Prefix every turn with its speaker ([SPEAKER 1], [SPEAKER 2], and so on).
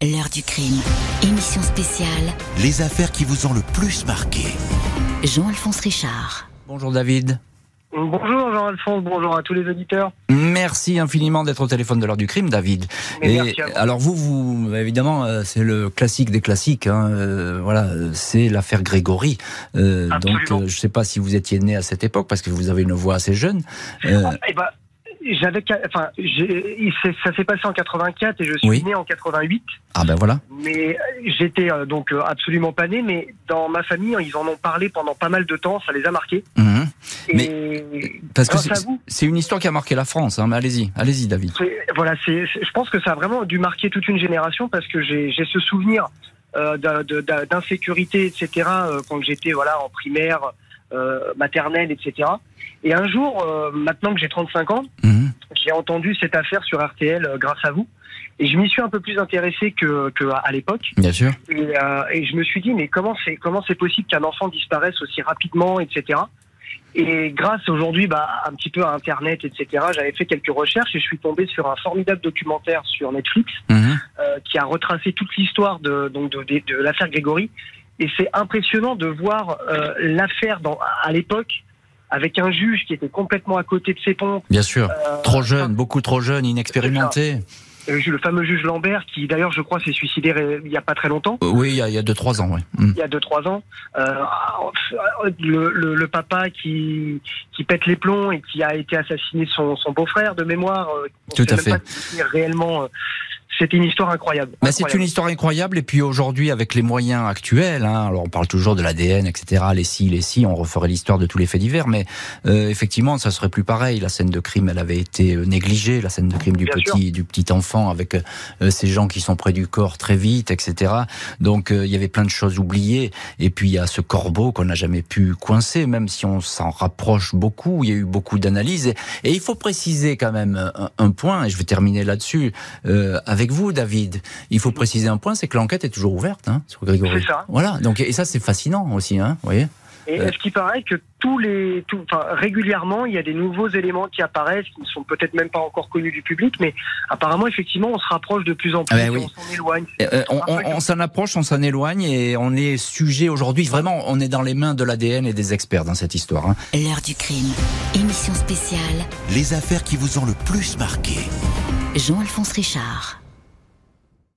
[SPEAKER 1] l'heure du crime. Émission spéciale,
[SPEAKER 2] Les affaires qui vous ont le plus marqué.
[SPEAKER 1] Jean-Alphonse Richard.
[SPEAKER 3] Bonjour David.
[SPEAKER 4] Bonjour Jean-Alphonse, bonjour à tous les auditeurs.
[SPEAKER 3] Merci infiniment d'être au téléphone de l'heure du crime, David.
[SPEAKER 4] Mais merci à vous.
[SPEAKER 3] alors vous, vous évidemment, euh, c'est le classique des classiques. hein, euh, voilà, euh, c'est l'affaire Grégory. Euh, donc,
[SPEAKER 4] Absolument.
[SPEAKER 3] euh, je ne sais pas si vous étiez né à cette époque parce que vous avez une voix assez jeune. Euh,
[SPEAKER 4] Eh ben, j'avais, qu'à- enfin, j'ai- il s'est- ça s'est passé en 84 et je suis
[SPEAKER 3] Oui.
[SPEAKER 4] né en 88,
[SPEAKER 3] ah ben voilà.
[SPEAKER 4] mais euh, j'étais euh, donc euh, absolument pas né, mais dans ma famille, ils en ont parlé pendant pas mal de temps, ça les a marqués.
[SPEAKER 3] Mhm.
[SPEAKER 4] Et
[SPEAKER 3] Parce que
[SPEAKER 4] grâce
[SPEAKER 3] c'est-
[SPEAKER 4] à vous,
[SPEAKER 3] c'est une histoire qui a marqué la France. hein, mais allez-y, allez-y, David.
[SPEAKER 4] c'est- voilà, c'est, c'est- je pense que ça a vraiment dû marquer toute une génération parce que j'ai, j'ai ce souvenir euh, d'un- de- d'un- d'insécurité, etc., euh, quand j'étais voilà, en primaire, euh, maternelle, etc. Et un jour, euh, maintenant que j'ai 35 ans,
[SPEAKER 3] Mhm.
[SPEAKER 4] j'ai entendu cette affaire sur RTL euh, grâce à vous. Et je m'y suis un peu plus intéressé que, que à, à l'époque.
[SPEAKER 3] Bien sûr.
[SPEAKER 4] Et, euh, et je me suis dit, mais comment c'est comment c'est possible qu'un enfant disparaisse aussi rapidement, etc. Et grâce aujourd'hui, bah, un petit peu à Internet, etc. J'avais fait quelques recherches et je suis tombé sur un formidable documentaire sur Netflix
[SPEAKER 3] Mhm.
[SPEAKER 4] euh, qui a retracé toute l'histoire de donc de, de- de l'affaire Grégory. Et c'est impressionnant de voir euh, l'affaire dans- à l'époque avec un juge qui était complètement à côté de ses pompes.
[SPEAKER 3] Bien sûr.
[SPEAKER 4] euh,
[SPEAKER 3] Trop jeune, beaucoup trop jeune, inexpérimenté.
[SPEAKER 4] Euh, le fameux juge Lambert, qui d'ailleurs, je crois, s'est suicidé ré- il n'y a pas très longtemps,
[SPEAKER 3] Euh, Oui, il y a- il y a 2-3 ans, oui. Mhm.
[SPEAKER 4] il y a 2-3 ans. Euh, le, le- le papa qui, qui pète les plombs et qui a été assassiné son, son beau-frère de mémoire. euh, on
[SPEAKER 3] Tout
[SPEAKER 4] sait
[SPEAKER 3] à
[SPEAKER 4] même
[SPEAKER 3] fait.
[SPEAKER 4] pas si c'est réellement, euh, c'était une histoire incroyable.
[SPEAKER 3] Bah, c'est une
[SPEAKER 4] Incroyable.
[SPEAKER 3] histoire incroyable. Et puis aujourd'hui, avec les moyens actuels, hein, alors on parle toujours de l'ADN, etc. Les si, les si, on referait l'histoire de tous les faits divers, mais euh, effectivement, ça serait plus pareil. La scène de crime, elle avait été euh, négligée, la scène de crime du
[SPEAKER 4] Bien
[SPEAKER 3] petit, du petit enfant, avec euh, ces gens qui sont près du corps très vite, etc. Donc euh, il y avait plein de choses oubliées. Et puis il y a ce corbeau qu'on n'a jamais pu coincer, même si on s'en rapproche beaucoup. Il y a eu beaucoup d'analyses. Et, et il faut préciser quand même un, un point, et je vais terminer là-dessus euh, avec vous, David. Il faut préciser un point, c'est que l'enquête est toujours ouverte hein, sur Grégory.
[SPEAKER 4] C'est ça.
[SPEAKER 3] Voilà. Donc et ça c'est fascinant aussi, hein. Vous voyez.
[SPEAKER 4] Et
[SPEAKER 3] Euh.
[SPEAKER 4] est-ce qu'il paraît que tous les, tout, enfin, régulièrement, il y a des nouveaux éléments qui apparaissent, qui ne sont peut-être même pas encore connus du public, mais apparemment, effectivement, on se rapproche de plus en plus,
[SPEAKER 3] Ah ben
[SPEAKER 4] et
[SPEAKER 3] oui.
[SPEAKER 4] on s'en éloigne.
[SPEAKER 3] Euh, on on- on s'en approche, on s'en éloigne, et on est sujet aujourd'hui. Vraiment, on est dans les mains de l'ADN et des experts dans cette histoire. hein.
[SPEAKER 1] L'heure du crime. Émission spéciale,
[SPEAKER 2] Les affaires qui vous ont le plus marqué.
[SPEAKER 1] Jean-Alphonse Richard.